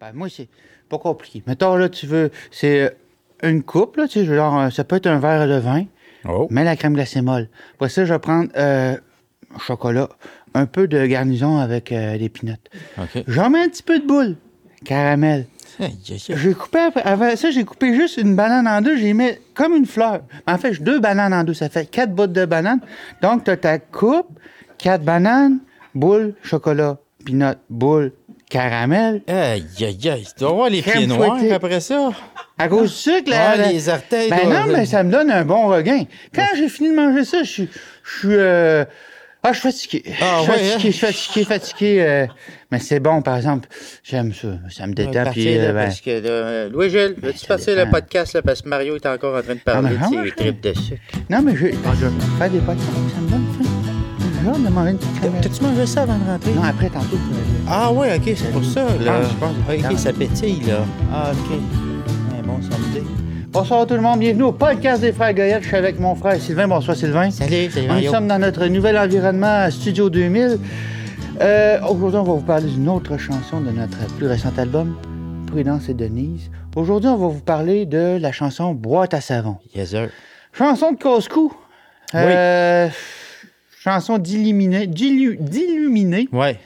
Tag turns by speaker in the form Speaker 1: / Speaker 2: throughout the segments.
Speaker 1: Ben, moi, c'est pas compliqué. Mettons, là, tu veux. C'est euh, une coupe, là, tu sais, genre, euh, ça peut être un verre de vin.
Speaker 2: Oh.
Speaker 1: Mets la crème glacée molle. Après ça, je vais prendre euh, chocolat, un peu de garnison avec euh, des pinottes.
Speaker 2: OK.
Speaker 1: J'en mets un petit peu de boule, caramel.
Speaker 2: Aïe, aïe, aïe.
Speaker 1: J'ai coupé, après- avant ça, j'ai coupé juste une banane en deux, j'ai mis comme une fleur. En fait, j'ai deux bananes en deux, ça fait quatre bottes de bananes. Donc, t'as ta coupe, quatre bananes, boule, chocolat, pinot, boule, caramel.
Speaker 2: Aïe, aïe, aïe. Tu dois avoir les
Speaker 1: Crème
Speaker 2: pieds noirs
Speaker 1: fouettée.
Speaker 2: après ça.
Speaker 1: À cause du sucre, là.
Speaker 2: Ouais,
Speaker 1: là-
Speaker 2: les orteils
Speaker 1: Ben
Speaker 2: doivent-
Speaker 1: non, mais ça me donne un bon regain. Quand j'ai fini de manger ça, je suis. Je suis. euh, Ah, je suis fatigué.
Speaker 2: Ah,
Speaker 1: je suis
Speaker 2: ouais,
Speaker 1: fatigué, je suis fatigué, fatigué. euh, Mais c'est bon, par exemple. J'aime ça. Ça me détend.
Speaker 3: Partir,
Speaker 1: Puis,
Speaker 3: là,
Speaker 1: euh, ben,
Speaker 3: parce que, là, Louis-Gilles, veux-tu
Speaker 1: ça
Speaker 3: passer le
Speaker 1: dépend.
Speaker 3: podcast, là, parce que Mario est encore en train de
Speaker 1: Ah,
Speaker 3: parler
Speaker 1: mais
Speaker 3: de
Speaker 1: vraiment,
Speaker 3: ses tripes de sucre.
Speaker 1: Non, mais je. ben, je vais faire des podcasts. Ça me donne faim. J'ai hâte de manger une petite crème.
Speaker 2: T'as-tu mangé ça avant de rentrer?
Speaker 1: Non, après, tantôt. je vais-
Speaker 2: Ah ouais, OK, c'est pour ça, là.
Speaker 1: Ah, je pense que-
Speaker 2: OK, ça pétille, là. Ah, OK. Un bon samedi.
Speaker 1: Bonsoir tout le monde. Bienvenue au podcast des Frères Goyette. Je suis avec mon frère Sylvain. Bonsoir, Sylvain.
Speaker 2: Salut, salut,
Speaker 1: Nous
Speaker 2: Mario.
Speaker 1: sommes dans notre nouvel environnement à Studio 2000. Euh, Aujourd'hui, on va vous parler d'une autre chanson de notre plus récent album, Prudence et Denise. Aujourd'hui, on va vous parler de la chanson Boîte à savon.
Speaker 2: Yes, sir.
Speaker 1: Chanson de casse-cou. Euh, Chanson d'illuminé. d'illu- D'illuminer.
Speaker 2: Ouais.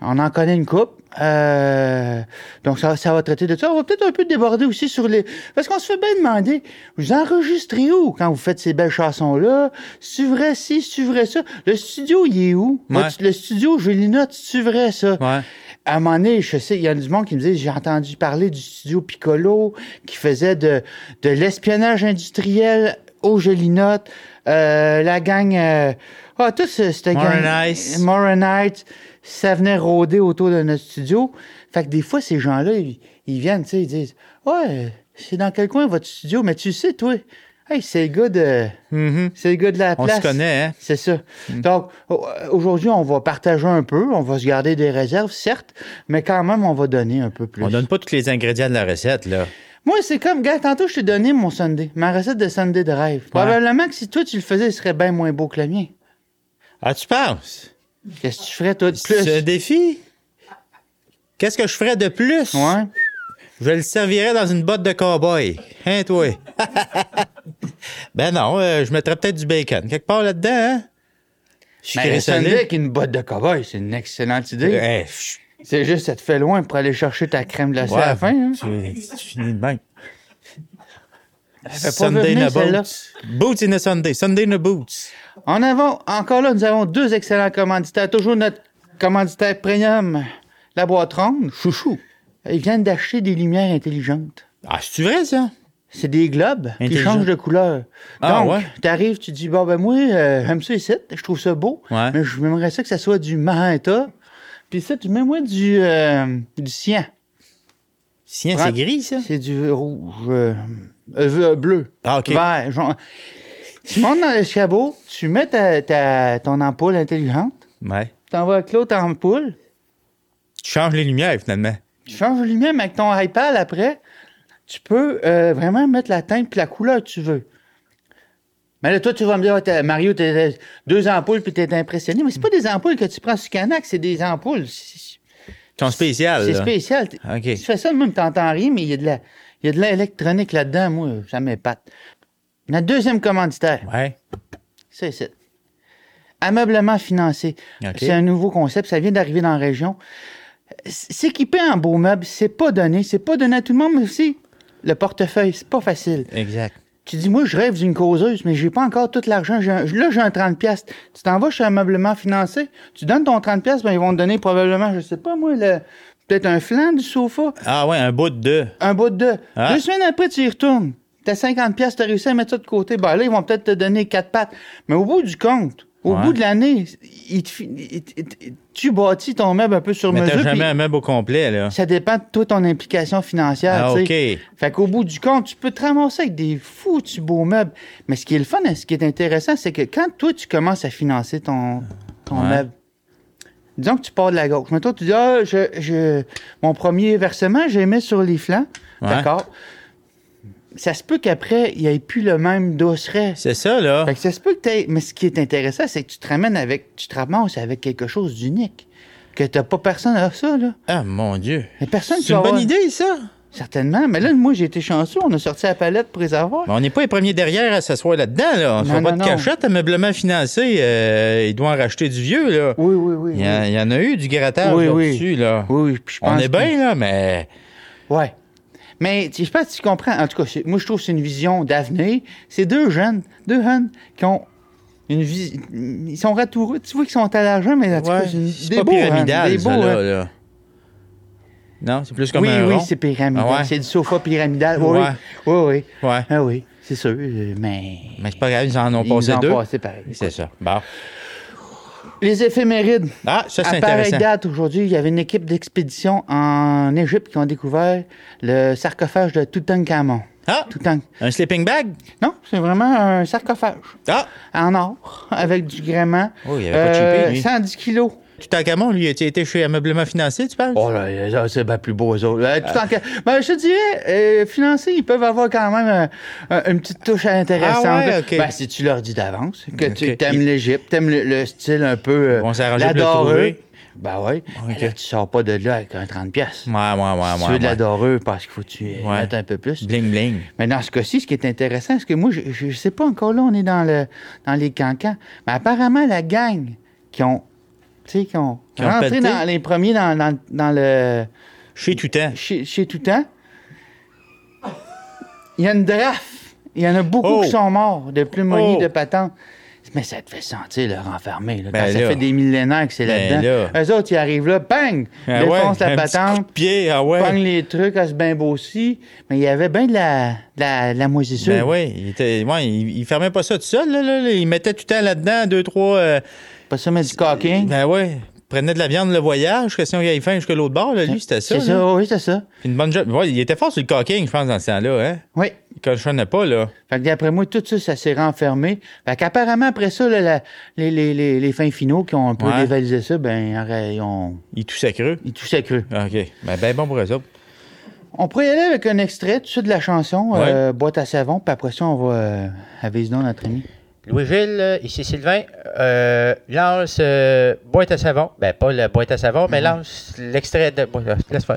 Speaker 1: On en connaît une coupe. Euh, donc, ça, ça va traiter de ça. On va peut-être un peu déborder aussi sur les... Parce qu'on se fait bien demander, vous enregistrez où quand vous faites ces belles chansons-là? C'est vrai ci, c'est vrai ça? Le studio, il est où?
Speaker 2: Ouais.
Speaker 1: Le- Le studio, je l'ai note, c'est vrai ça?
Speaker 2: Ouais.
Speaker 1: À un moment donné, je sais, il y a du monde qui me dit, j'ai entendu parler du studio Piccolo qui faisait de, de l'espionnage industriel aux jolies notes, euh, la gang... Euh, ah, tout ce- cette gang...
Speaker 2: Moronites.
Speaker 1: Moronites, Ça venait rôder autour de notre studio. Fait que des fois, ces gens-là, ils, ils viennent, tu sais, ils disent, ouais, c'est dans quel coin votre studio? Mais tu sais, toi, hey, c'est le gars de...
Speaker 2: Mhm.
Speaker 1: C'est le gars de la
Speaker 2: On
Speaker 1: place.
Speaker 2: se connaît, hein?
Speaker 1: C'est ça. Donc, au- aujourd'hui, on va partager un peu, on va se garder des réserves, certes, mais quand même, on va donner un peu plus.
Speaker 2: On donne pas tous les ingrédients de la recette, là.
Speaker 1: Moi, c'est comme, gars, tantôt, je t'ai donné mon Sunday, ma recette de Sunday de rêve. Probablement que si toi, tu le faisais, il serait bien moins beau que le mien.
Speaker 2: Ah, tu penses?
Speaker 1: Qu'est-ce que tu ferais, toi, de plus?
Speaker 2: C'est un défi? Qu'est-ce que je ferais de plus?
Speaker 1: Ouais.
Speaker 2: Je le servirais dans une botte de cow-boy. Hein, toi? ben non, euh, je mettrais peut-être du bacon. Quelque part là-dedans, hein? Je
Speaker 1: Mais Ben, le Sunday
Speaker 2: salé.
Speaker 1: avec une botte de cow-boy, c'est une excellente idée.
Speaker 2: Eh, pff,
Speaker 1: C'est juste, ça te fait loin pour aller chercher ta crème glacée à la
Speaker 2: ouais,
Speaker 1: fin. Hein?
Speaker 2: Tu, tu finis de même.
Speaker 1: fait pas
Speaker 2: Sunday
Speaker 1: venir,
Speaker 2: no
Speaker 1: celle-là.
Speaker 2: boots. Boots in a Sunday. Sunday no boots.
Speaker 1: En avant, encore là, nous avons deux excellents commanditaires. Toujours notre commanditaire premium, la boîte ronde. Chouchou. Ils viennent d'acheter des lumières intelligentes.
Speaker 2: Ah, c'est-tu vrai, ça?
Speaker 1: C'est des globes qui
Speaker 2: Intelligent.
Speaker 1: changent de couleur.
Speaker 2: Ah,
Speaker 1: Donc,
Speaker 2: ouais?
Speaker 1: t'arrives, tu dis, bon, ben moi, euh, j'aime ça ici, je trouve ça beau,
Speaker 2: Ouais.
Speaker 1: mais j'aimerais ça que ça soit du magenta. Puis ça, tu mets moi du, euh, du cyan.
Speaker 2: Sien,
Speaker 1: Prends-
Speaker 2: c'est gris, ça?
Speaker 1: C'est du rouge, euh, euh, bleu,
Speaker 2: Ah, OK.
Speaker 1: vert. Genre. Tu montes dans l'escabeau, tu mets ta, ta- ton ampoule intelligente,
Speaker 2: Ouais.
Speaker 1: T'envoies avec l'autre ampoule,
Speaker 2: Tu changes les lumières, finalement.
Speaker 1: tu changes le lumière, mais avec ton iPad après, tu peux euh, vraiment mettre la teinte et la couleur que tu veux. Mais là, toi, tu vas me dire, Ouais, t'as- Mario, t'as deux ampoules puis t'es impressionné. Mais c'est pas des ampoules que tu prends sur Canac, c'est des ampoules. C'est
Speaker 2: Ils sont spéciales,
Speaker 1: c'est
Speaker 2: Ah, là.
Speaker 1: spécial. T-
Speaker 2: OK.
Speaker 1: Tu fais ça, même t'entends rien, mais il y a de la, il y a de l'électronique là-dedans, moi, ça m'épate. Notre deuxième commanditaire.
Speaker 2: Ouais.
Speaker 1: C'est ça. Ameublement financé.
Speaker 2: OK.
Speaker 1: C'est un nouveau concept. Ça vient d'arriver dans la région. S- S'équiper en beau meuble, c'est pas donné. C'est pas donné à tout le monde, mais aussi le portefeuille, c'est pas facile.
Speaker 2: Exact.
Speaker 1: Tu dis, moi, je rêve d'une causeuse, mais j'ai pas encore tout l'argent. J'ai un- là, j'ai un 30$. piastres. Tu t'en vas chez Ameublement financé, tu donnes ton 30$, piastres, ben, ils vont te donner probablement, je sais pas, moi, le- peut-être un flanc du sofa,
Speaker 2: Ah ouais, un bout de...
Speaker 1: un bout de deux.
Speaker 2: Ah.
Speaker 1: Deux semaines après, tu y retournes. T'as 50 pièces, t'as réussi à mettre ça de côté. Ben là, ils vont peut-être te donner quatre pattes. Mais au bout du compte, au
Speaker 2: Ouais.
Speaker 1: bout de l'année, ils te fi- ils- ils- tu bâtis ton meuble un peu sur
Speaker 2: Mais t'as
Speaker 1: mesure.
Speaker 2: jamais
Speaker 1: puis
Speaker 2: un meuble au complet, là.
Speaker 1: Ça dépend de toute ton implication financière.
Speaker 2: Ah,
Speaker 1: tu
Speaker 2: OK.
Speaker 1: sais. Fait qu'au bout du compte, tu peux te ramasser avec des foutus beaux meubles. Mais ce qui est le fun, hein, ce qui est intéressant, c'est que quand toi, tu commences à financer ton, ton
Speaker 2: Ouais.
Speaker 1: meuble, disons que tu pars de la gauche. Mettons, tu dis, ah, je, je- mon premier versement, j'ai mis sur les flancs.
Speaker 2: Ouais.
Speaker 1: D'accord. Ça se peut qu'après, il n'y ait plus le même dosseret.
Speaker 2: C'est ça, là.
Speaker 1: Fait que ça se peut que t'aies- Mais ce qui est intéressant, c'est que tu te ramènes avec. Tu te ramasses avec quelque chose d'unique. que t'as pas personne à ça, là.
Speaker 2: Ah, mon Dieu.
Speaker 1: Y a personne qui
Speaker 2: C'est une
Speaker 1: va
Speaker 2: bonne
Speaker 1: avoir-
Speaker 2: idée, ça.
Speaker 1: Certainement, mais là, moi, j'ai été chanceux. On a sorti la palette pour les avoir.
Speaker 2: Mais on n'est pas les premiers derrière à s'asseoir là-dedans, là. On ne
Speaker 1: Non,
Speaker 2: fait pas
Speaker 1: non,
Speaker 2: de
Speaker 1: non.
Speaker 2: cachette. Ameublement financé, euh, il doit en racheter du vieux, là.
Speaker 1: Oui, oui, oui.
Speaker 2: Il y, en- il y en a eu du grattage
Speaker 1: Oui, oui.
Speaker 2: là-dessus, là.
Speaker 1: Oui, oui, puis je pense
Speaker 2: On est
Speaker 1: que-
Speaker 2: bien, là, mais.
Speaker 1: Ouais. Mais tu- je sais pas si tu comprends. En tout cas, c'est- moi, je trouve que c'est une vision d'avenir. C'est deux jeunes, deux jeunes qui ont une vie. Ils sont ratoureux. Tu vois qu'ils sont à l'argent, mais en tout cas,
Speaker 2: Ouais,
Speaker 1: c'est une-
Speaker 2: c'est
Speaker 1: des
Speaker 2: pas
Speaker 1: beaux
Speaker 2: pyramidal,
Speaker 1: jeunes, des
Speaker 2: ça,
Speaker 1: beaux,
Speaker 2: là,
Speaker 1: hein.
Speaker 2: là. Non, c'est plus comme
Speaker 1: oui,
Speaker 2: un
Speaker 1: oui,
Speaker 2: rond.
Speaker 1: c'est pyramidal.
Speaker 2: Ah ouais.
Speaker 1: C'est du sofa pyramidal. Oui,
Speaker 2: Ouais.
Speaker 1: oui, oui.
Speaker 2: Ouais.
Speaker 1: Ah oui, c'est sûr. euh, Mais.
Speaker 2: Mais c'est pas grave, ils en ont
Speaker 1: Ils nous
Speaker 2: passé
Speaker 1: ont
Speaker 2: deux.
Speaker 1: passé pareil.
Speaker 2: C'est ça. Bon.
Speaker 1: Les éphémérides.
Speaker 2: Ah, ça, c'est
Speaker 1: à pareille
Speaker 2: intéressant.
Speaker 1: date, aujourd'hui, il y avait une équipe d'expédition en Égypte qui ont découvert le sarcophage de Toutankhamon.
Speaker 2: Ah,
Speaker 1: Toutank.
Speaker 2: un sleeping bag?
Speaker 1: Non, c'est vraiment un sarcophage
Speaker 2: Ah!
Speaker 1: en or avec du gréement.
Speaker 2: Oh, il avait pas cheapé, lui.
Speaker 1: 110 kilos.
Speaker 2: Toutankhamon, lui, a-t-il été chez Ameublement Financier, tu parles?
Speaker 1: Oh là, là, c'est bien plus beau, eux autres.
Speaker 2: Ah.
Speaker 1: Euh, Toutankhamon- Ben, je te dirais, euh, financés, ils peuvent avoir quand même euh, euh, une petite touche intéressante.
Speaker 2: Ah ouais, ok.
Speaker 1: Ben, si tu leur dis d'avance que
Speaker 2: Ok.
Speaker 1: tu aimes l'Égypte, t'aimes le, le style un peu...
Speaker 2: Ils
Speaker 1: euh,
Speaker 2: vont s'arranger pour le
Speaker 1: la dorure.
Speaker 2: trouver.
Speaker 1: Ben oui.
Speaker 2: Ok.
Speaker 1: Là, tu sors pas de là avec un 30 pièces.
Speaker 2: Ouais, ouais, ouais,
Speaker 1: Si
Speaker 2: ouais.
Speaker 1: tu veux de la
Speaker 2: ouais.
Speaker 1: dorure parce qu'il faut que tu euh,
Speaker 2: Ouais.
Speaker 1: mettes un peu plus.
Speaker 2: Bling, bling.
Speaker 1: Mais dans ce cas-ci, ce qui est intéressant, c'est que moi, je- je ne sais pas encore là, on est dans, le, dans les cancans, mais apparemment, la gang qui ont, tu sais, qui ont
Speaker 2: Qui ont
Speaker 1: rentré
Speaker 2: pelleté.
Speaker 1: dans les premiers dans, dans, dans le,
Speaker 2: Chez Toutan.
Speaker 1: chez, chez Toutan, il y a une draft. Il y en a beaucoup
Speaker 2: Oh!
Speaker 1: qui sont morts de pneumonie,
Speaker 2: Oh!
Speaker 1: de patente. Mais ça te fait sentir le renfermé. Là, quand
Speaker 2: Ben
Speaker 1: ça
Speaker 2: là.
Speaker 1: fait des millénaires que c'est
Speaker 2: Ben
Speaker 1: là-dedans. Eux autres, ils arrivent là, bang!
Speaker 2: Ah ouais,
Speaker 1: défonce
Speaker 2: un
Speaker 1: la
Speaker 2: petit coup
Speaker 1: patente.
Speaker 2: de pied, ah ouais.
Speaker 1: Pogne les trucs à ce bain aussi, mais il y avait bien de la, de la, de la moisissure.
Speaker 2: Ben oui, il, était, ouais, il, il fermait pas ça tout seul, là, là, là. Il mettait tout le temps là-dedans, deux, trois. euh,
Speaker 1: Pas ça, mais du caulking.
Speaker 2: ben oui. Prenait de la viande le voyage, question qu'il aille fin jusqu'à l'autre bord, là, lui, c'était ça. hein.
Speaker 1: C'est
Speaker 2: là.
Speaker 1: ça, oui, c'est ça.
Speaker 2: Puis Une bonne job. Ouais, il était fort sur le cocking, je pense, dans ce temps-là, hein.
Speaker 1: Oui.
Speaker 2: Il cochonnait pas, là.
Speaker 1: Fait que d'après moi, tout ça, ça s'est renfermé. Fait qu'apparemment, après ça, là, la- les, les, les, les fins finaux qui ont un peu
Speaker 2: Ouais.
Speaker 1: dévalisé ça, ben, ils auraient- ils ont,
Speaker 2: Il toussait creux.
Speaker 1: ils touchaient cru.
Speaker 2: OK. Ben, ben bon pour eux autres.
Speaker 1: On pourrait y aller avec un extrait, tout ça, de la chanson,
Speaker 2: Ouais.
Speaker 1: euh, Boîte à savon, puis après ça, on va euh, aviser donc notre ami.
Speaker 3: Louis-Gilles, euh, ici Sylvain, euh, lance euh, boîte à savon. Ben, pas la boîte à savon, mais lance l'extrait de. boîte- euh, Laisse faire.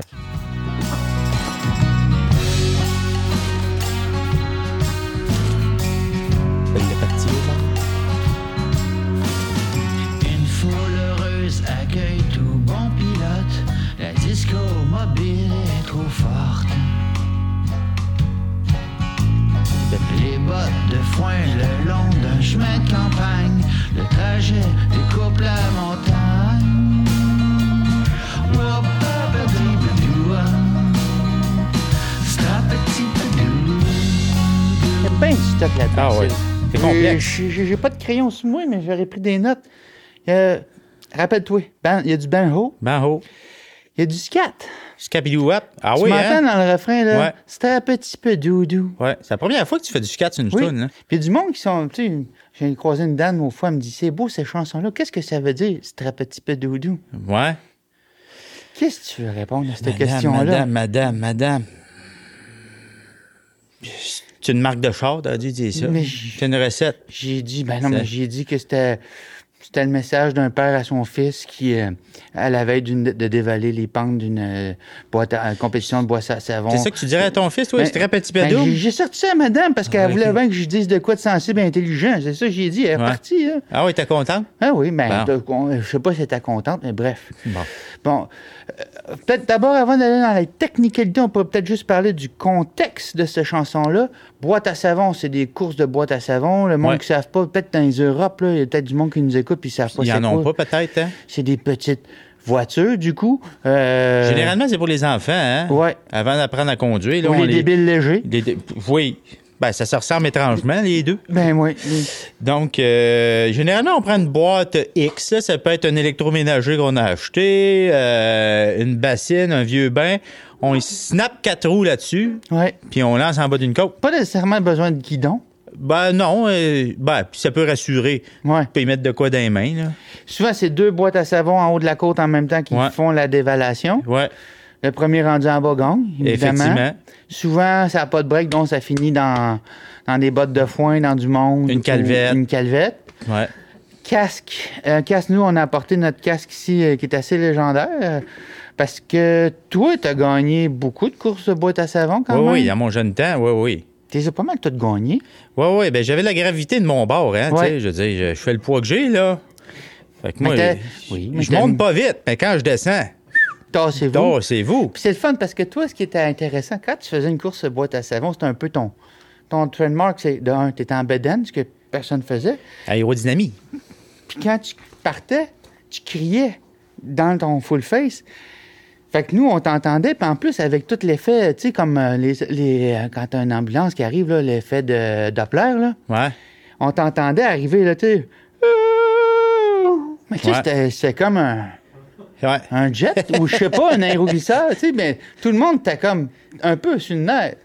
Speaker 4: Une foule heureuse accueille tout bon pilote. La disco mobile est trop forte. Les bottes de foin le long d'un chemin de campagne. Le trajet découpe la montagne. Wop-a-ba-dee-ba-doo-ah. Strap-a-tee-ba-doo.
Speaker 1: Il y a bien du stock là-dedans.
Speaker 2: Ah ouais.
Speaker 1: ça.
Speaker 2: C'est
Speaker 1: Euh,
Speaker 2: complexe.
Speaker 1: J'ai j'ai- j'ai pas de crayon sous moi, mais j'aurais pris des notes. Euh, Rappelle-toi, ben- il y a du banjo,
Speaker 3: Euh,
Speaker 2: Banjo.
Speaker 1: il y a du scat.
Speaker 2: Scabidouap. Ah
Speaker 1: tu
Speaker 2: oui,
Speaker 1: m'entends
Speaker 2: hein?
Speaker 1: dans le refrain, là?
Speaker 2: Ouais.
Speaker 1: C'était un petit peu doudou.
Speaker 2: Ouais. C'est la première fois que tu fais du scat sur une hein?
Speaker 1: Oui.
Speaker 2: toune, là.
Speaker 1: Puis il y a du monde qui sont, tu sais, j'ai croisé une dame au fois, elle me dit, c'est beau ces chansons-là, qu'est-ce que ça veut dire, c'est un petit peu doudou?
Speaker 2: Ouais.
Speaker 1: Qu'est-ce que tu veux répondre à cette
Speaker 2: Madame,
Speaker 1: question-là?
Speaker 2: Madame, madame, madame. C'est une marque de char, t'as dû dire ça.
Speaker 1: Mais je-
Speaker 2: C'est une recette.
Speaker 1: J'ai dit, ben non,
Speaker 2: C'est-
Speaker 1: mais j'ai dit que c'était, c'était le message d'un père à son fils qui, euh, à la veille d'une- de dévaler les pentes d'une euh, boîte à, compétition de boîte à savon.
Speaker 2: C'est ça que tu dirais à ton fils, toi,
Speaker 1: Ben,
Speaker 2: c'est très petit
Speaker 1: ben,
Speaker 2: pédou?
Speaker 1: j'ai- j'ai sorti ça à madame parce qu'elle
Speaker 2: Ah, ok.
Speaker 1: voulait bien que je dise de quoi de sensible et intelligent. C'est ça que j'ai dit. Elle est
Speaker 2: Ouais.
Speaker 1: partie. Là.
Speaker 2: Ah oui, t'es content?
Speaker 1: Ah oui, mais
Speaker 2: Bon.
Speaker 1: t'as- on- je sais pas si t'es contente, mais bref.
Speaker 2: Bon.
Speaker 1: Bon, euh, peut-être d'abord, avant d'aller dans la technicalité, on pourrait peut-être juste parler du contexte de cette chanson-là. Boîte à savon, c'est des courses de boîte à savon. Le monde
Speaker 2: Ouais.
Speaker 1: qui ne savent pas, peut-être dans les Europes, là, il y a peut-être du monde qui nous écoute puis ils savent pas
Speaker 2: Ils
Speaker 1: c'est
Speaker 2: en ont
Speaker 1: quoi.
Speaker 2: pas, peut-être, hein?
Speaker 1: C'est des petites voitures, du coup. Euh,
Speaker 2: Généralement, c'est pour les enfants, hein?
Speaker 1: Ouais.
Speaker 2: Avant d'apprendre à conduire, là,
Speaker 1: ou
Speaker 2: on
Speaker 1: les
Speaker 2: les-
Speaker 1: débiles légers.
Speaker 2: les dé- Oui. Ben, ça se ressemble étrangement, les deux.
Speaker 1: Ben oui. les-
Speaker 2: Donc, euh, généralement, on prend une boîte X. là. Ça peut être un électroménager qu'on a acheté, euh, une bassine, un vieux bain. On y snap quatre roues là-dessus,
Speaker 1: Ouais.
Speaker 2: puis on lance en bas d'une côte.
Speaker 1: Pas nécessairement besoin de guidon.
Speaker 2: Ben non, euh, ben, puis ça peut rassurer.
Speaker 1: Ouais.
Speaker 2: Puis mettre de quoi dans les mains, là.
Speaker 1: Souvent, c'est deux boîtes à savon en haut de la côte en même temps qui
Speaker 2: Ouais.
Speaker 1: font la dévalation.
Speaker 2: Ouais,
Speaker 1: Le premier rendu en bas gagne, évidemment.
Speaker 2: effectivement.
Speaker 1: Souvent, ça n'a pas de break, donc ça finit dans, dans des bottes de foin, dans du monde.
Speaker 2: Une
Speaker 1: ou
Speaker 2: calvette.
Speaker 1: Une calvette.
Speaker 2: Ouais.
Speaker 1: Casque. Euh, casque, nous, on a apporté notre casque ici euh, qui est assez légendaire. euh, parce que toi, t'as gagné beaucoup de courses de boîte à savon quand
Speaker 2: Oui,
Speaker 1: même.
Speaker 2: oui, dans mon jeune temps, oui, oui.
Speaker 1: T'es pas mal toutes gagnées.
Speaker 2: Oui, oui, ben j'avais la gravité de mon bord, hein, tu
Speaker 1: Ouais.
Speaker 2: sais. Je veux dire, je, je fais le poids que j'ai, là. Fait que moi,
Speaker 1: Mais t'as-
Speaker 2: je,
Speaker 1: oui,
Speaker 2: je
Speaker 1: mais t'as-
Speaker 2: monte pas vite, mais quand je descends,
Speaker 1: Tassez-vous.
Speaker 2: oh, c'est vous.
Speaker 1: Puis c'est le fun parce que toi, ce qui était intéressant, quand tu faisais une course boîte à savon, c'était un peu ton, ton trademark. C'est de un, t'étais en bedaine, ce que personne faisait.
Speaker 2: Aérodynamie.
Speaker 1: Puis quand tu partais, tu criais dans ton full face. Fait que nous, on t'entendait, puis en plus, avec tout l'effet, tu sais, comme euh, les, les- euh, quand t'as une ambulance qui arrive, là, l'effet de Doppler, là,
Speaker 2: Ouais.
Speaker 1: on t'entendait arriver, là, tu sais. Mais tu sais,
Speaker 2: Ouais.
Speaker 1: c'était- c'était comme un,
Speaker 2: Ouais.
Speaker 1: un jet ou je sais pas, un aéroglisseur, tu sais, mais tout le monde t'a comme un peu sur une nerf.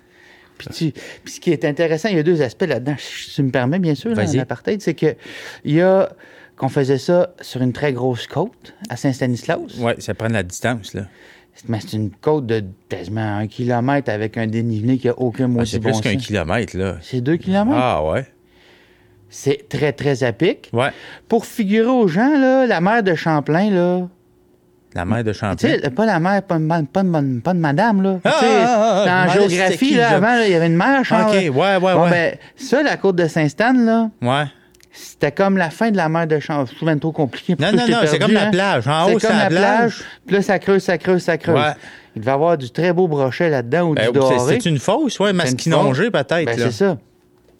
Speaker 1: Puis, tu- puis ce qui est intéressant, il y a deux aspects là-dedans, si tu me permets, bien sûr, là,
Speaker 2: Vas-y.
Speaker 1: en apartheid, c'est que il y a qu'on faisait ça sur une très grosse côte à Saint-Stanislas.
Speaker 2: Ouais, ça prend de la distance, là.
Speaker 1: Mais c'est une côte de quasiment un kilomètre avec un dénivelé qui a aucun mot
Speaker 2: Ouais, c'est plus qu'un kilomètre, là.
Speaker 1: C'est deux kilomètres.
Speaker 2: Ah, ouais.
Speaker 1: C'est très, très à pic.
Speaker 2: Ouais.
Speaker 1: Pour figurer aux gens, là, la mère de Champlain, là,
Speaker 2: La mer de
Speaker 1: Tu
Speaker 2: Champlain.
Speaker 1: sais, pas la mère, pas de, ma- pas de, mon- pas de madame, là.
Speaker 2: Ah,
Speaker 1: Tu sais,
Speaker 2: ah, ah, je me
Speaker 1: dans
Speaker 2: demandais c'était
Speaker 1: géographie,
Speaker 2: qui,
Speaker 1: là,
Speaker 2: là.
Speaker 1: avant, là, il y avait une mère,
Speaker 2: OK,
Speaker 1: Charles.
Speaker 2: ouais, ouais, ouais.
Speaker 1: Bon, ben, ça, la côte de Saint-Stan, là,
Speaker 2: ouais.
Speaker 1: c'était comme la fin de la mer de Champlain. Je trouve même trop compliqué.
Speaker 2: Non,
Speaker 1: Tout
Speaker 2: non,
Speaker 1: est
Speaker 2: non,
Speaker 1: perdu,
Speaker 2: c'est comme la
Speaker 1: hein.
Speaker 2: plage. En
Speaker 1: C'est
Speaker 2: haut, c'est
Speaker 1: comme
Speaker 2: la plage.
Speaker 1: Puis là, ça creuse, ça creuse, ça creuse.
Speaker 2: Ouais.
Speaker 1: Il devait y avoir du très beau brochet là-dedans ou
Speaker 2: Ben,
Speaker 1: du
Speaker 2: c'est-
Speaker 1: doré.
Speaker 2: c'est une fosse, ouais, masquinongée peut-être,
Speaker 1: Ben,
Speaker 2: là.
Speaker 1: c'est ça.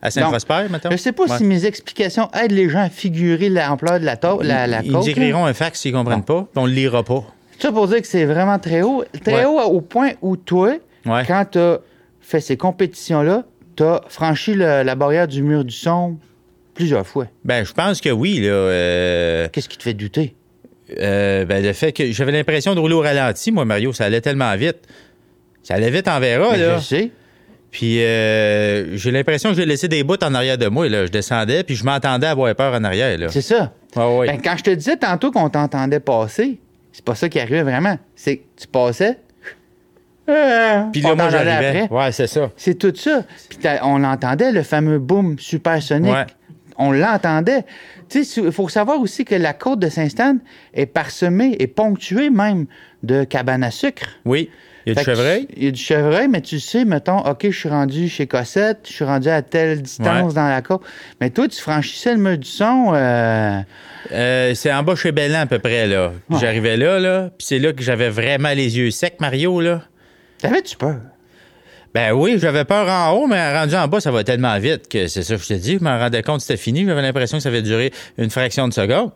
Speaker 2: À Saint-Prosper, maintenant.
Speaker 1: Je sais pas si mes explications aident les gens à figurer l'ampleur de la, to- la, la
Speaker 2: Ils
Speaker 1: côte.
Speaker 2: nous
Speaker 1: là.
Speaker 2: écriront un fax s'ils comprennent pas, puis on le lira pas.
Speaker 1: Ça pour dire que c'est vraiment très haut. Très
Speaker 2: Ouais.
Speaker 1: haut au point où toi,
Speaker 2: Ouais.
Speaker 1: quand tu fait ces compétitions-là, tu as franchi le- la barrière du mur du son plusieurs fois.
Speaker 2: Ben, je pense que oui, là. euh,
Speaker 1: Qu'est-ce qui te fait douter?
Speaker 2: euh, ben, le fait que j'avais l'impression de rouler au ralenti, moi, Mario, ça allait tellement vite. Ça allait vite en verra,
Speaker 1: Ben,
Speaker 2: là.
Speaker 1: je sais.
Speaker 2: Puis euh, j'ai l'impression que j'ai laissé des bouts en arrière de moi, là. Je descendais, puis je m'entendais avoir peur en arrière, là.
Speaker 1: C'est ça.
Speaker 2: Ouais, ouais.
Speaker 1: Ben, quand je te disais tantôt qu'on t'entendait passer, c'est pas ça qui arrivait vraiment. C'est que tu passais. euh,
Speaker 2: puis
Speaker 1: on
Speaker 2: là, moi,
Speaker 1: t'en allait
Speaker 2: j'arrivais.
Speaker 1: après.
Speaker 2: Ouais, c'est ça.
Speaker 1: C'est tout ça. Puis t'as- on l'entendait, le fameux boom supersonique.
Speaker 2: Ouais.
Speaker 1: On l'entendait. Tu sais, il faut savoir aussi que la côte de Saint-Stan est parsemée et ponctuée même de cabanes à sucre.
Speaker 2: Oui. Il y a du
Speaker 1: Fait que
Speaker 2: chevreuil.
Speaker 1: tu- Il y a du chevreuil, mais tu sais, mettons, OK, je suis rendu chez Cossette, je suis rendu à telle distance
Speaker 2: Ouais.
Speaker 1: dans la côte. Mais toi, tu franchissais le mur du son. euh,
Speaker 2: Euh, c'est en bas chez Bellan, à peu près, là. Puis
Speaker 1: Ouais.
Speaker 2: J'arrivais là, là. Puis c'est là que j'avais vraiment les yeux secs, Mario, là.
Speaker 1: T'avais-tu peur?
Speaker 2: Ben oui, j'avais peur en haut, mais rendu en bas, ça va tellement vite que c'est ça que je te dis. Je m'en rendais compte, c'était fini. J'avais l'impression que ça avait duré une fraction de seconde.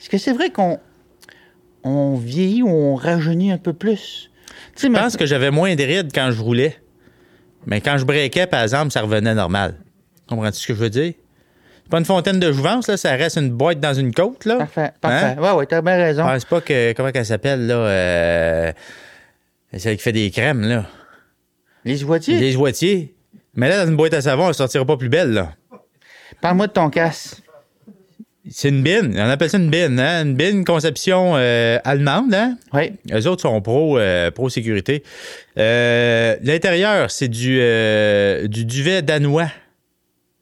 Speaker 1: Est-ce que c'est vrai qu'on on vieillit ou on rajeunit un peu plus? Tu sais,
Speaker 2: Je
Speaker 1: mais-
Speaker 2: pense que j'avais moins de rides quand je roulais. Mais quand je breakais, par exemple, ça revenait normal. Comprends-tu ce que je veux dire? C'est pas une fontaine de jouvence, là. Ça reste une boîte dans une côte, là.
Speaker 1: Parfait, parfait.
Speaker 2: Hein?
Speaker 1: Ouais, ouais, t'as bien
Speaker 2: Je
Speaker 1: raison.
Speaker 2: pense pas que... Comment qu'elle s'appelle, là? euh, Celle qui fait des crèmes, là.
Speaker 1: Les joitiers,
Speaker 2: Des oitiers. Mais là, dans une boîte à savon, elle sortira pas plus belle, là.
Speaker 1: parle-moi de ton casse.
Speaker 2: C'est une bine. On appelle ça une bine, hein? Une bine conception euh, allemande, hein?
Speaker 1: Oui.
Speaker 2: Eux autres sont pro, euh, pro sécurité. Euh, L'intérieur, c'est du, euh, du duvet danois.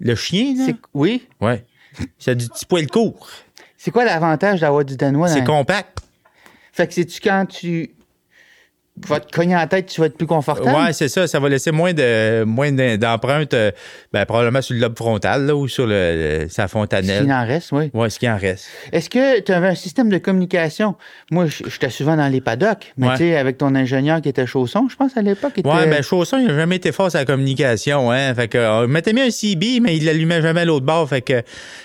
Speaker 2: Le chien, là?
Speaker 1: C'est- Oui.
Speaker 2: Ouais. C'est du petit poil court.
Speaker 1: C'est quoi l'avantage d'avoir du danois? dans
Speaker 2: C'est
Speaker 1: la-
Speaker 2: compact.
Speaker 1: Fait que c'est-tu quand tu vas te cogner en tête, tu vas être plus confortable?
Speaker 2: Ouais, c'est ça. Ça va laisser moins de moins d'en- d'empreintes, euh, ben, probablement sur le lobe frontal là, ou sur le, le- sa
Speaker 1: S'il
Speaker 2: fontanelle.
Speaker 1: en reste, oui.
Speaker 2: Ouais, ce qui en reste.
Speaker 1: Est-ce que tu avais un système de communication? Moi, j- j'étais souvent dans les paddocks, mais
Speaker 2: Ouais.
Speaker 1: tu sais, avec ton ingénieur qui était chausson, je pense à l'époque. était-
Speaker 2: Ouais, ben Chausson, il n'a jamais été fort à la communication, hein. Fait que euh, on mettait bien un CB, mais il l'allumait jamais à l'autre bord. Fait que.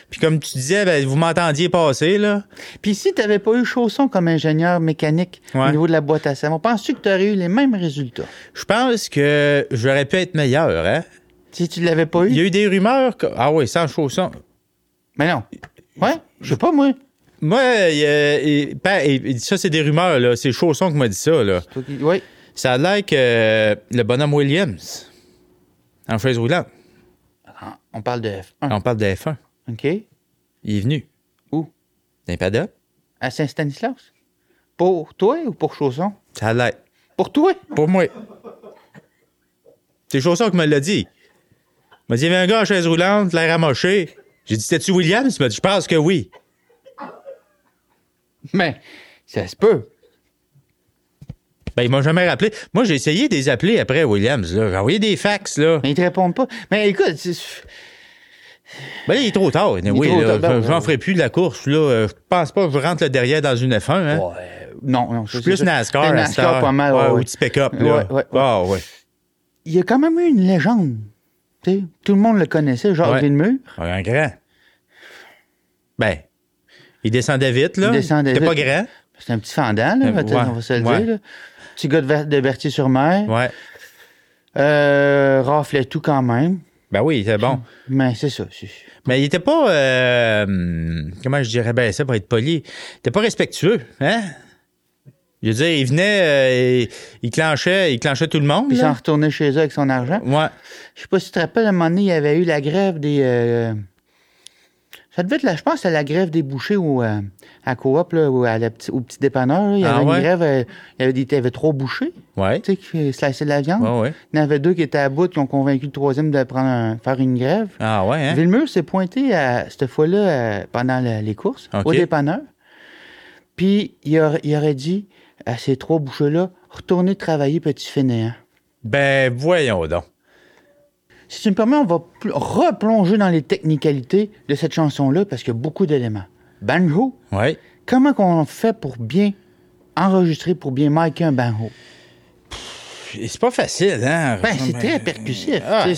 Speaker 2: Puis comme tu disais, ben, vous m'entendiez passer, là.
Speaker 1: Puis si tu n'avais pas eu chausson comme ingénieur mécanique au
Speaker 2: Ouais.
Speaker 1: niveau de la boîte à savon, penses-tu que tu aurais eu les mêmes résultats?
Speaker 2: Je pense que j'aurais pu être meilleur, hein.
Speaker 1: Si tu ne l'avais pas eu?
Speaker 2: Il y a eu des rumeurs que- Ah oui, sans Chausson.
Speaker 1: Mais non. Ouais, je sais pas, moi.
Speaker 2: Moi, il y a- il- pa- il- ça, c'est des rumeurs, là. C'est Chausson qui m'a dit ça, là.
Speaker 1: Toi qui- Oui.
Speaker 2: Ça a l'air que euh, le bonhomme Williams, en chaise roulante,
Speaker 1: On parle de F1.
Speaker 2: on parle de F1,
Speaker 1: OK?
Speaker 2: il est venu.
Speaker 1: Où?
Speaker 2: D'un paddock.
Speaker 1: À Saint-Stanislas? Pour toi ou pour chausson?
Speaker 2: Ça a l'air.
Speaker 1: Pour toi?
Speaker 2: Pour moi. C'est Chausson qui me l'a dit. Il m'a dit, il y avait un gars en chaise roulante, l'air amoché. J'ai dit, c'était-tu Williams? Il m'a dit, je pense que oui.
Speaker 1: Mais ça se peut.
Speaker 2: Ben, ils m'ont jamais rappelé. Moi, j'ai essayé de les appeler après, Williams. là. J'ai envoyé des fax, là.
Speaker 1: Mais ils te répondent pas. Mais écoute, c'est-
Speaker 2: Ben, là, il est trop tard. Oui,
Speaker 1: est trop
Speaker 2: là,
Speaker 1: tard, ben,
Speaker 2: j'en
Speaker 1: ouais.
Speaker 2: ferai plus de la course, là. Euh, Je pense pas que je rentre le derrière dans une F1, hein.
Speaker 1: Ouais, non, non.
Speaker 2: Je suis plus NASCAR, à cette
Speaker 1: NASCAR
Speaker 2: heure.
Speaker 1: pas mal.
Speaker 2: Ouais,
Speaker 1: ouais,
Speaker 2: Ou
Speaker 1: ouais.
Speaker 2: petit pick-up, là.
Speaker 1: Ouais, ouais, ouais.
Speaker 2: Ah, ouais.
Speaker 1: Il y a quand même eu une légende. Tu sais, tout le monde le connaissait, Jacques
Speaker 2: Ouais.
Speaker 1: Villemur.
Speaker 2: Ouais, Un grand. Ben, il descendait vite, là.
Speaker 1: Il descendait
Speaker 2: T'es pas
Speaker 1: vite.
Speaker 2: grand.
Speaker 1: C'est un petit fendant, là,
Speaker 2: Euh,
Speaker 1: peut-être,
Speaker 2: ouais,
Speaker 1: on va se le
Speaker 2: ouais.
Speaker 1: dire. là. Petit gars de, Ver- de Berthier-sur-Mer.
Speaker 2: Ouais.
Speaker 1: Euh, raflait tout quand même.
Speaker 2: Ben oui, c'est bon.
Speaker 1: Mais c'est ça. c'est-
Speaker 2: Mais il était pas. euh, hum, comment je dirais bien ça pour être poli? Il était pas respectueux, hein? Je veux dire, il venait, euh, il, il clenchait, il clenchait tout le monde.
Speaker 1: Puis s'en
Speaker 2: Là.
Speaker 1: retournait chez eux avec son argent.
Speaker 2: Ouais.
Speaker 1: Je sais pas si tu te rappelles, à un moment donné, il y avait eu la grève des. euh, ça devait être, là, je pense, à la grève des bouchers ou euh, à Coop, là, ou à la petite- au petit dépanneur. là. Il y
Speaker 2: Ah
Speaker 1: avait
Speaker 2: ouais?
Speaker 1: une grève, euh, il y avait, des- il y avait trois bouchers,
Speaker 2: Ouais.
Speaker 1: tu sais, qui slassaient de la viande.
Speaker 2: Ouais, ouais.
Speaker 1: Il y en avait deux qui étaient à bout, qui ont convaincu le troisième de prendre un- faire une grève.
Speaker 2: Ah ouais, hein?
Speaker 1: Villemur s'est pointé à, cette fois-là euh, pendant la- les courses,
Speaker 2: Ok.
Speaker 1: au dépanneur. Puis il, aur- il aurait dit à ces trois bouchers-là Retournez travailler, petit fainéant.
Speaker 2: Ben voyons donc.
Speaker 1: Si tu me permets, on va pl- replonger dans les technicalités de cette chanson-là parce qu'il y a beaucoup d'éléments. Banjo,
Speaker 2: Ouais.
Speaker 1: comment qu'on fait pour bien enregistrer, pour bien marquer un banjo?
Speaker 2: Puis C'est pas facile, hein?
Speaker 1: Ben, c'est très percussif,
Speaker 2: Ah,
Speaker 1: tu sais.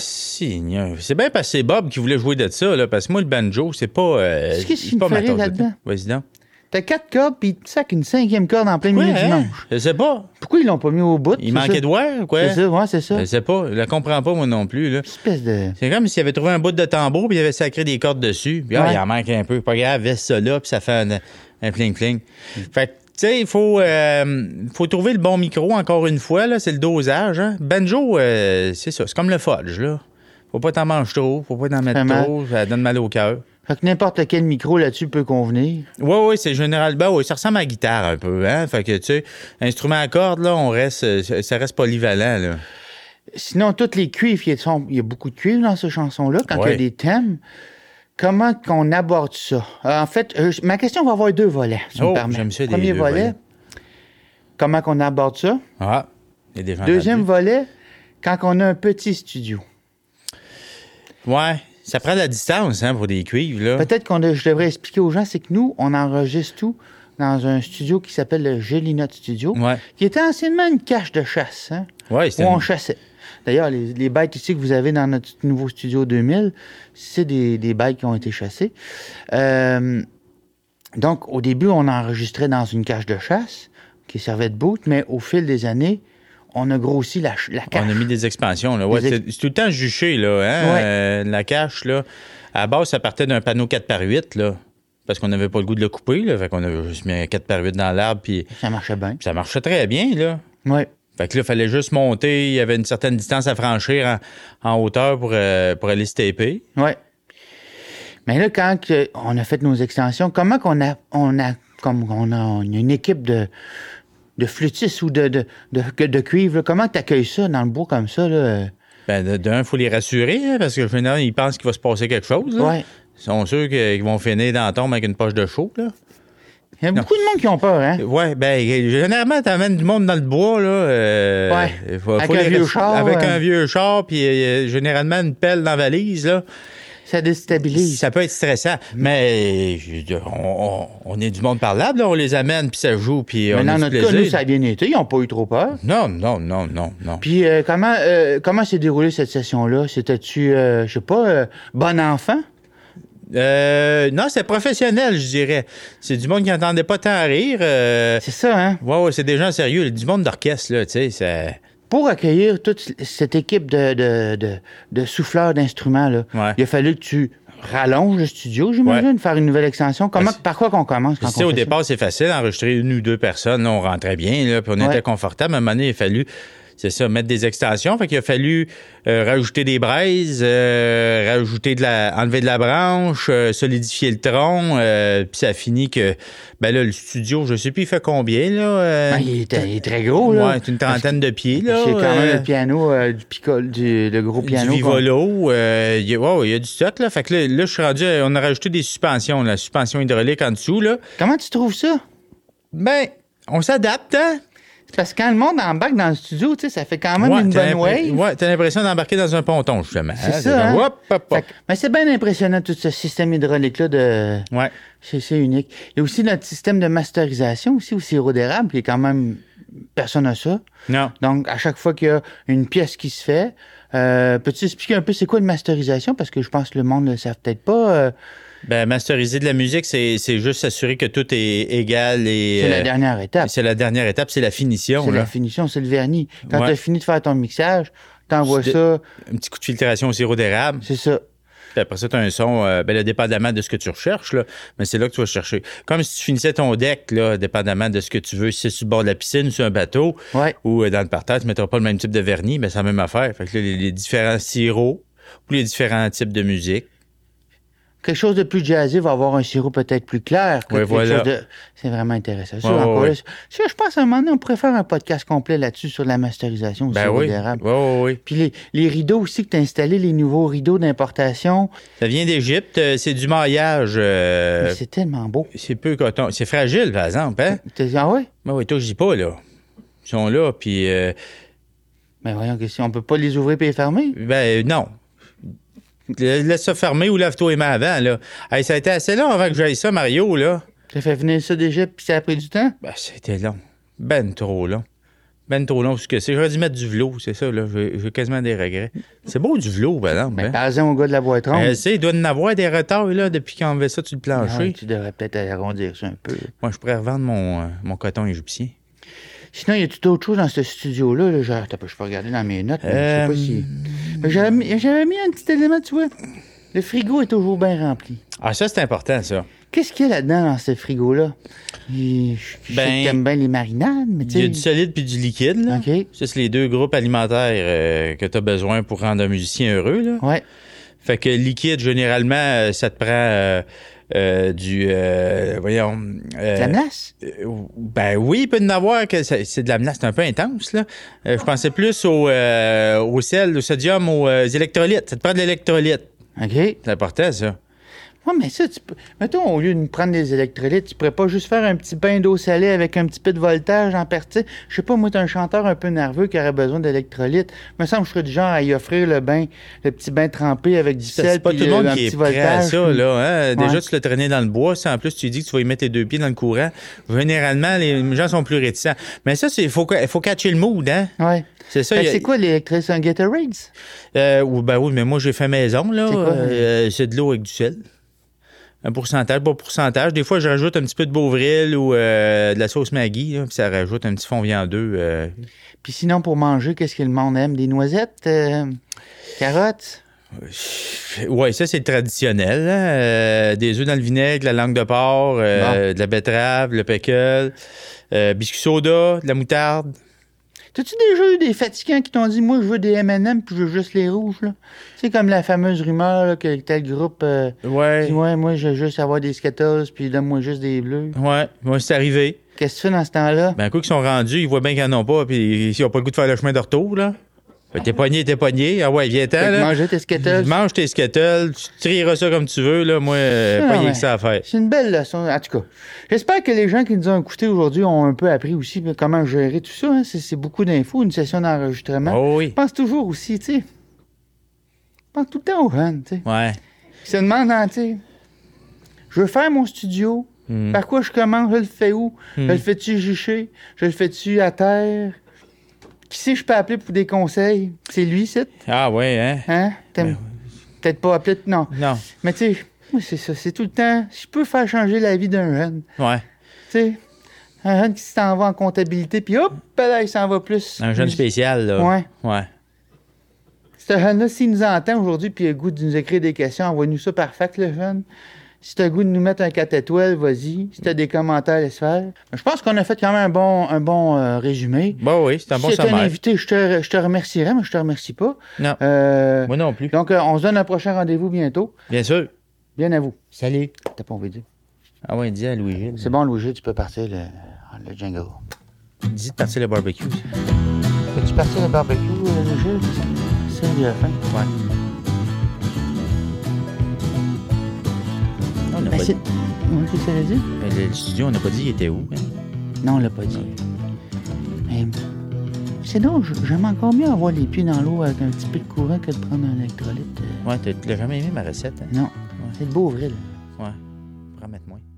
Speaker 2: signeur. C'est bien parce que c'est Bob qui voulait jouer de ça, là, parce que moi, le banjo, c'est pas. euh,
Speaker 1: C'est qu'est-ce qui me
Speaker 2: pas
Speaker 1: fait
Speaker 2: ma
Speaker 1: rire
Speaker 2: tasse de
Speaker 1: là-dedans?
Speaker 2: thé. Vas-y donc.
Speaker 1: T'as quatre cordes, puis tu sacs une cinquième corde en plein
Speaker 2: Ouais,
Speaker 1: milieu du
Speaker 2: hein?
Speaker 1: manche.
Speaker 2: Je sais pas.
Speaker 1: Pourquoi ils l'ont pas mis au bout?
Speaker 2: Il manquait de voir, quoi.
Speaker 1: C'est ça, ouais, c'est ça.
Speaker 2: Je sais pas. Je la comprends pas, moi non plus, là.
Speaker 1: Espèce de.
Speaker 2: C'est comme s'il avait trouvé un bout de tambour, puis il avait sacré des cordes dessus. Puis, ah,
Speaker 1: Ouais.
Speaker 2: il en manque un peu. Pas grave, veste ça là, puis ça fait un, un fling-fling. Fait que, tu sais, il faut, euh, faut trouver le bon micro, encore une fois, là. C'est le dosage, hein. Banjo, euh, c'est ça. C'est comme le fudge, là. Faut pas t'en manger trop, faut pas t'en mettre
Speaker 1: Fait mal.
Speaker 2: trop, ça donne mal au cœur.
Speaker 1: Fait que n'importe quel micro là-dessus peut convenir.
Speaker 2: Ouais, ouais, c'est général. Ben ouais, ça ressemble à la guitare un peu, hein. Fait que, tu sais, instrument à cordes, là, on reste, euh, ça reste polyvalent, là.
Speaker 1: Sinon, toutes les cuivres, il y a, son- il y a beaucoup de cuivres dans cette chanson-là, quand il y
Speaker 2: Ouais.
Speaker 1: a des thèmes. Comment qu'on aborde ça? Euh, en fait, euh, je- ma question va avoir deux volets, si tu me
Speaker 2: Oh,
Speaker 1: permets.
Speaker 2: j'aime ça, des
Speaker 1: Premier
Speaker 2: deux
Speaker 1: volet,
Speaker 2: volets.
Speaker 1: comment qu'on aborde ça?
Speaker 2: Ah. il y a des gens
Speaker 1: Deuxième
Speaker 2: là-dessus.
Speaker 1: volet, quand on a un petit studio.
Speaker 2: Ouais. Ça prend de la distance, hein, pour des cuivres, là.
Speaker 1: Peut-être qu'on a- je devrais expliquer aux gens, c'est que nous, on enregistre tout dans un studio qui s'appelle le Gelinotte Studio,
Speaker 2: Ouais.
Speaker 1: qui était anciennement une cache de chasse, hein,
Speaker 2: Ouais, c'est
Speaker 1: où on
Speaker 2: une-
Speaker 1: chassait. D'ailleurs, les, les bêtes ici que vous avez dans notre nouveau studio 2000, c'est des, des bêtes qui ont été chassées. Euh, donc, au début, on enregistrait dans une cache de chasse qui servait de boot, mais au fil des années, on a grossi la, ch- la cache.
Speaker 2: on a mis des expansions. Là. Ouais,
Speaker 1: Des
Speaker 2: c'est,
Speaker 1: ex-
Speaker 2: c'est tout le temps juché, là, hein?
Speaker 1: Ouais.
Speaker 2: euh, la cache. Là. À la base, ça partait d'un panneau 4 par 8 là, parce qu'on n'avait pas le goût de le couper. Là, fait qu'on avait juste mis un 4 par 8 dans l'arbre, puis
Speaker 1: Ça marchait bien.
Speaker 2: puis ça marchait très bien. Là.
Speaker 1: Ouais.
Speaker 2: Fait que là, il fallait juste monter. Il y avait une certaine distance à franchir en, en hauteur pour, euh, pour aller se taper.
Speaker 1: Oui. Mais là, quand que on a fait nos extensions, comment qu'on a, on a, comme on a, on a une équipe de, de flûtistes ou de, de, de, que- de cuivre, là, comment tu accueilles ça dans le bois comme ça? Là?
Speaker 2: Ben, de- d'un, il faut les rassurer, hein, parce que finalement, ils pensent qu'il va se passer quelque chose. Là.
Speaker 1: Ouais.
Speaker 2: Ils sont sûrs que- qu'ils vont finir dans la tombe avec une poche de chaud. Là.
Speaker 1: Il y a beaucoup de monde qui ont peur, hein?
Speaker 2: Ouais, ben, généralement, t'amènes du monde dans le bois, là. euh,
Speaker 1: Ouais.
Speaker 2: faut- faut
Speaker 1: Avec un
Speaker 2: les
Speaker 1: vieux
Speaker 2: res-
Speaker 1: char,
Speaker 2: Avec
Speaker 1: euh.
Speaker 2: un vieux char, puis euh, généralement une pelle dans la valise, là.
Speaker 1: Ça déstabilise.
Speaker 2: Ça peut être stressant,
Speaker 1: Mm.
Speaker 2: mais je veux dire, on, on- on est du monde parlable, là. On les amène, puis ça joue, puis on
Speaker 1: Mais
Speaker 2: a
Speaker 1: dans
Speaker 2: du
Speaker 1: notre cas,
Speaker 2: plaisir.
Speaker 1: nous, ça a bien été. Ils n'ont pas eu trop peur.
Speaker 2: Non, non, non, non, non.
Speaker 1: Puis euh, comment euh, comment s'est déroulée cette session-là? C'était-tu, euh, je sais pas, euh, bon enfant?
Speaker 2: Euh, non, c'est professionnel, je dirais. C'est du monde qui n'entendait pas tant à rire. euh,
Speaker 1: C'est ça, hein?
Speaker 2: ouais, ouais, c'est des gens sérieux. Du monde d'orchestre, là, tu sais, ça...
Speaker 1: Pour accueillir toute cette équipe de, de, de, de souffleurs d'instruments, là,
Speaker 2: Ouais.
Speaker 1: il a fallu que tu rallonges le studio, j'imagine, faire une nouvelle extension. Comment,
Speaker 2: Parce-
Speaker 1: par quoi qu'on commence quand
Speaker 2: Tu sais,
Speaker 1: on
Speaker 2: au
Speaker 1: fait ça?
Speaker 2: départ, c'est facile, enregistrer une ou deux personnes, là, on rentrait bien, là, puis on
Speaker 1: Ouais.
Speaker 2: était confortable. À un moment donné, il a fallu, c'est ça, mettre des extensions. Fait qu'il a fallu euh, rajouter des braises, euh, rajouter de la, enlever de la branche, euh, solidifier le tronc, euh, puis ça finit que, ben là, le studio, je sais plus, il fait combien, là? euh,
Speaker 1: Ah, il, est, il est très gros, là.
Speaker 2: ouais, c'est une trentaine de pieds, là.
Speaker 1: C'est quand
Speaker 2: euh,
Speaker 1: même le piano, euh, du, pico- du le gros piano.
Speaker 2: du
Speaker 1: qu'on-
Speaker 2: Vivolo, euh, il y a- wow, il y a du stock, là. Fait que là, là, je suis rendu, à- on a rajouté des suspensions, la suspension hydraulique en dessous, là.
Speaker 1: Comment tu trouves ça?
Speaker 2: Ben, on s'adapte, hein?
Speaker 1: C'est Parce que quand le monde embarque dans le studio, tu sais, ça fait quand même
Speaker 2: Ouais,
Speaker 1: une
Speaker 2: t'as
Speaker 1: bonne
Speaker 2: l'impr-
Speaker 1: wave.
Speaker 2: Ouais, t'as l'impression d'embarquer dans un ponton, justement.
Speaker 1: C'est ça,
Speaker 2: comme,
Speaker 1: hein?
Speaker 2: hop, hop, hop.
Speaker 1: Fait que- mais c'est bien impressionnant, tout ce système hydraulique-là de.
Speaker 2: Ouais.
Speaker 1: C'est c'est unique. Il y a aussi notre système de masterisation aussi au sirop d'érable, qui est quand même. Personne n'a ça.
Speaker 2: Non.
Speaker 1: Donc, à chaque fois qu'il y a une pièce qui se fait, euh, peux-tu expliquer un peu c'est quoi une masterisation? Parce que je pense que le monde ne le savent peut-être pas. euh,
Speaker 2: Ben, masteriser de la musique, c'est c'est juste s'assurer que tout est égal et.
Speaker 1: c'est la
Speaker 2: euh,
Speaker 1: dernière étape.
Speaker 2: c'est la dernière étape, c'est la finition.
Speaker 1: C'est
Speaker 2: Là.
Speaker 1: la finition, c'est le vernis. Quand
Speaker 2: Ouais.
Speaker 1: tu as fini de faire ton mixage, t'envoies
Speaker 2: C'est-
Speaker 1: ça,
Speaker 2: Un petit coup de filtration au sirop d'érable.
Speaker 1: c'est ça.
Speaker 2: Puis après ça, tu as un son, euh, ben, là, dépendamment de ce que tu recherches, là, mais c'est là que tu vas chercher. Comme si tu finissais ton deck, là, dépendamment de ce que tu veux, si c'est sur le bord de la piscine, sur un bateau
Speaker 1: Ouais.
Speaker 2: ou euh, dans le parterre, tu ne mettras pas le même type de vernis, mais c'est la même affaire. Fait que là, les, les différents sirops ou les différents types de musique.
Speaker 1: Quelque chose de plus jazzy va avoir un sirop peut-être plus clair. Que
Speaker 2: Ouais,
Speaker 1: quelque
Speaker 2: voilà.
Speaker 1: chose de- C'est vraiment intéressant. Ça,
Speaker 2: Ouais, ouais,
Speaker 1: encore
Speaker 2: ouais.
Speaker 1: là, ça, je pense à un moment donné, on pourrait faire un podcast complet là-dessus sur la masterisation au
Speaker 2: Ben
Speaker 1: sirop
Speaker 2: oui.
Speaker 1: d'érable.
Speaker 2: Ouais, ouais, ouais.
Speaker 1: Puis les, les rideaux aussi que tu as installés, les nouveaux rideaux d'importation,
Speaker 2: Ça vient d'Égypte, euh, c'est du maillage. euh,
Speaker 1: mais c'est tellement beau.
Speaker 2: c'est peu coton. C'est fragile, par exemple. Hein?
Speaker 1: T'as dit, ah ouais?
Speaker 2: Ben oui, toi, je dis pas, là. Ils sont là, puis. euh,
Speaker 1: Mais voyons que si on peut pas les ouvrir et les fermer.
Speaker 2: Ben non. La- Laisse ça fermer ou lave-toi les mains avant, là. Hey, ça a été assez long avant que j'aille ça, Mario, là.
Speaker 1: J'ai fait venir ça déjà, puis ça a pris du temps.
Speaker 2: Ben, c'était long. Ben trop long. Ben trop long, pour ce que c'est. J'aurais dû mettre du velours, c'est ça, là. J'ai j'ai quasiment des regrets. C'est beau du velours, par exemple.
Speaker 1: Mais
Speaker 2: hein?
Speaker 1: Ben, par exemple, au gars de la boîte ronde,
Speaker 2: Euh, c'est, il doit en avoir des retards, là, depuis qu'on met ça sur le
Speaker 1: ah
Speaker 2: plancher.
Speaker 1: ouais, tu devrais peut-être arrondir ça un peu.
Speaker 2: Moi, je pourrais revendre mon, euh, mon coton égyptien.
Speaker 1: Sinon, il y a tout autre chose dans ce studio-là. Là, genre, attends, je peux regarder dans mes notes, mais je
Speaker 2: Euh,
Speaker 1: sais pas si... Mais J'avais mis j'avais mis un petit élément, tu vois. Le frigo est toujours bien rempli.
Speaker 2: Ah, ça, c'est important, ça.
Speaker 1: Qu'est-ce qu'il y a là-dedans dans ce frigo-là? Il- Je je sais
Speaker 2: Ben,
Speaker 1: que t'aimes bien les marinades, mais
Speaker 2: Il y a
Speaker 1: tu
Speaker 2: du
Speaker 1: sais...
Speaker 2: solide puis du liquide, là.
Speaker 1: OK.
Speaker 2: Ça, c'est les deux groupes alimentaires euh, que tu as besoin pour rendre un musicien heureux, là.
Speaker 1: Ouais.
Speaker 2: Fait que liquide, généralement, euh, ça te prend euh, euh, du. euh, voyons. euh,
Speaker 1: La menace?
Speaker 2: euh, ben oui, il peut y en avoir que ça- c'est de la menace, c'est un peu intense, là. Euh, je pensais plus au, euh, au sel, au sodium, aux euh, électrolytes. Ça te prend de l'électrolyte.
Speaker 1: OK.
Speaker 2: C'est important, ça.
Speaker 1: Ouais, mais ça, tu peux... Mettons, au lieu de prendre des électrolytes, tu pourrais pas juste faire un petit bain d'eau salée avec un petit peu de voltage en partie. Je sais pas, moi, t'es un chanteur un peu nerveux qui aurait besoin d'électrolytes. Me semble que je serais du genre à y offrir le bain, le petit bain trempé avec du
Speaker 2: C'est
Speaker 1: sel
Speaker 2: pas
Speaker 1: puis
Speaker 2: tout le
Speaker 1: euh,
Speaker 2: monde
Speaker 1: un
Speaker 2: qui
Speaker 1: petit
Speaker 2: est prêt à
Speaker 1: voltage.
Speaker 2: ça, là.
Speaker 1: Ouais.
Speaker 2: hein. Déjà, tu l'as traîné dans le bois. Si en plus, tu dis que tu vas y mettre tes deux pieds dans le courant, généralement, les gens sont plus réticents. Mais ça, il faut, faut catcher le mood, hein.
Speaker 1: Ouais.
Speaker 2: C'est ça.
Speaker 1: Fait
Speaker 2: il y
Speaker 1: que
Speaker 2: a-
Speaker 1: Ben, c'est quoi l'électrolyte? C'est un Gatorade?
Speaker 2: Euh, ou- ben oui, mais moi, j'ai fait maison, là.
Speaker 1: C'est quoi,
Speaker 2: Euh, c'est de l'eau avec du sel. Un pourcentage, pas pourcentage. Des fois, je rajoute un petit peu de Beauvril ou euh, de la sauce Maggi, là, puis ça rajoute un petit fond viandeux. euh.
Speaker 1: Puis sinon, pour manger, qu'est-ce que le monde aime? Des noisettes? euh, carottes?
Speaker 2: Ouais, ça, c'est traditionnel. hein. Euh, des œufs dans le vinaigre, la langue de porc, euh, de la betterave, le pickle, euh, biscuit soda, de la moutarde.
Speaker 1: T'as-tu déjà eu des fatigants qui t'ont dit, moi, je veux des M&M puis je veux juste les rouges, là? C'est comme la fameuse rumeur, là, que tel groupe... euh,
Speaker 2: Ouais.
Speaker 1: Dis, ouais, moi, je veux juste avoir des Skittles, puis donne-moi juste des bleus.
Speaker 2: Ouais, moi, c'est arrivé.
Speaker 1: Qu'est-ce que tu fais dans ce temps-là?
Speaker 2: Ben, un coup qu'ils sont rendus, ils voient bien qu'ils n'en ont pas, puis ils n'ont pas le goût de faire le chemin de retour, là. Fait que T'es pogné, t'es pogné. Ah ouais, viens-t'en,
Speaker 1: Fait que
Speaker 2: là.
Speaker 1: manger tes Skittles.
Speaker 2: Mange tes Skittles, tu trieras ça comme tu veux, là. Moi, euh,
Speaker 1: Ah,
Speaker 2: pas rien
Speaker 1: ouais.
Speaker 2: que ça à faire.
Speaker 1: C'est une belle leçon, en tout cas. J'espère que les gens qui nous ont écoutés aujourd'hui ont un peu appris aussi euh, comment gérer tout ça. hein. C'est, c'est beaucoup d'infos, une session d'enregistrement.
Speaker 2: Oh oui.
Speaker 1: Pense toujours aussi, tu sais. Pense tout le temps au run, tu sais.
Speaker 2: Ouais.
Speaker 1: Puis ça demande, hein, tu sais. Je veux faire mon studio.
Speaker 2: Hmm.
Speaker 1: Par quoi je commence? Je le fais où? Je
Speaker 2: Hmm.
Speaker 1: le fais-tu jucher? Je le fais-tu à terre? Qui c'est que je peux appeler pour des conseils? C'est lui, c'est?
Speaker 2: Ah ouais, hein?
Speaker 1: Hein? T'aimes- Peut-être pas appeler. Non.
Speaker 2: Non.
Speaker 1: Mais tu sais, moi, c'est ça. C'est tout le temps. Je peux faire changer la vie d'un jeune.
Speaker 2: Ouais.
Speaker 1: Tu sais, un jeune qui s'en va en comptabilité, puis hop, ben là, il s'en va plus.
Speaker 2: Un jeune
Speaker 1: Puis,
Speaker 2: spécial, là.
Speaker 1: Mmh. Ouais.
Speaker 2: Ouais.
Speaker 1: Ce jeune-là, s'il nous entend aujourd'hui, puis il a le goût de nous écrire des questions, envoie-nous ça par fax, le jeune. Si t'as le goût de nous mettre un 4 étoiles, vas-y. Si t'as des commentaires, laisse faire. Je pense qu'on a fait quand même un bon, un bon euh, résumé.
Speaker 2: Bah oui, c'est un
Speaker 1: si
Speaker 2: bon
Speaker 1: t'étais un
Speaker 2: sommaire.
Speaker 1: invité, je te, je te remercierais, mais je te remercie pas.
Speaker 2: Non.
Speaker 1: Euh,
Speaker 2: Moi non plus.
Speaker 1: donc, euh, on se donne un prochain rendez-vous bientôt.
Speaker 2: Bien sûr.
Speaker 1: Bien à vous. Salut. T'as pas envie de dire.
Speaker 2: Ah ouais, dis à Louis-Gilles.
Speaker 1: C'est bon, Luigi, tu peux partir le, le jingle.
Speaker 2: Dis de partir le barbecue. ça.
Speaker 1: Peux-tu partir le barbecue, euh, Luigi? C'est la fin.
Speaker 2: Non, on n'a
Speaker 1: Ben,
Speaker 2: pas
Speaker 1: c'est...
Speaker 2: dit.
Speaker 1: Oui, qu'est-ce que ça veut dire?
Speaker 2: Ben, Le studio, on n'a pas dit il était où. hein.
Speaker 1: Non, on l'a pas dit. Mais Euh, c'est donc, j- j'aime encore mieux avoir les pieds dans l'eau avec un petit peu de courant que de prendre un électrolyte. euh.
Speaker 2: Ouais, t'as- tu l'as jamais aimé ma recette, hein?
Speaker 1: Non, c'est le beau vrai, là.
Speaker 2: Ouais. Prends mettre moins.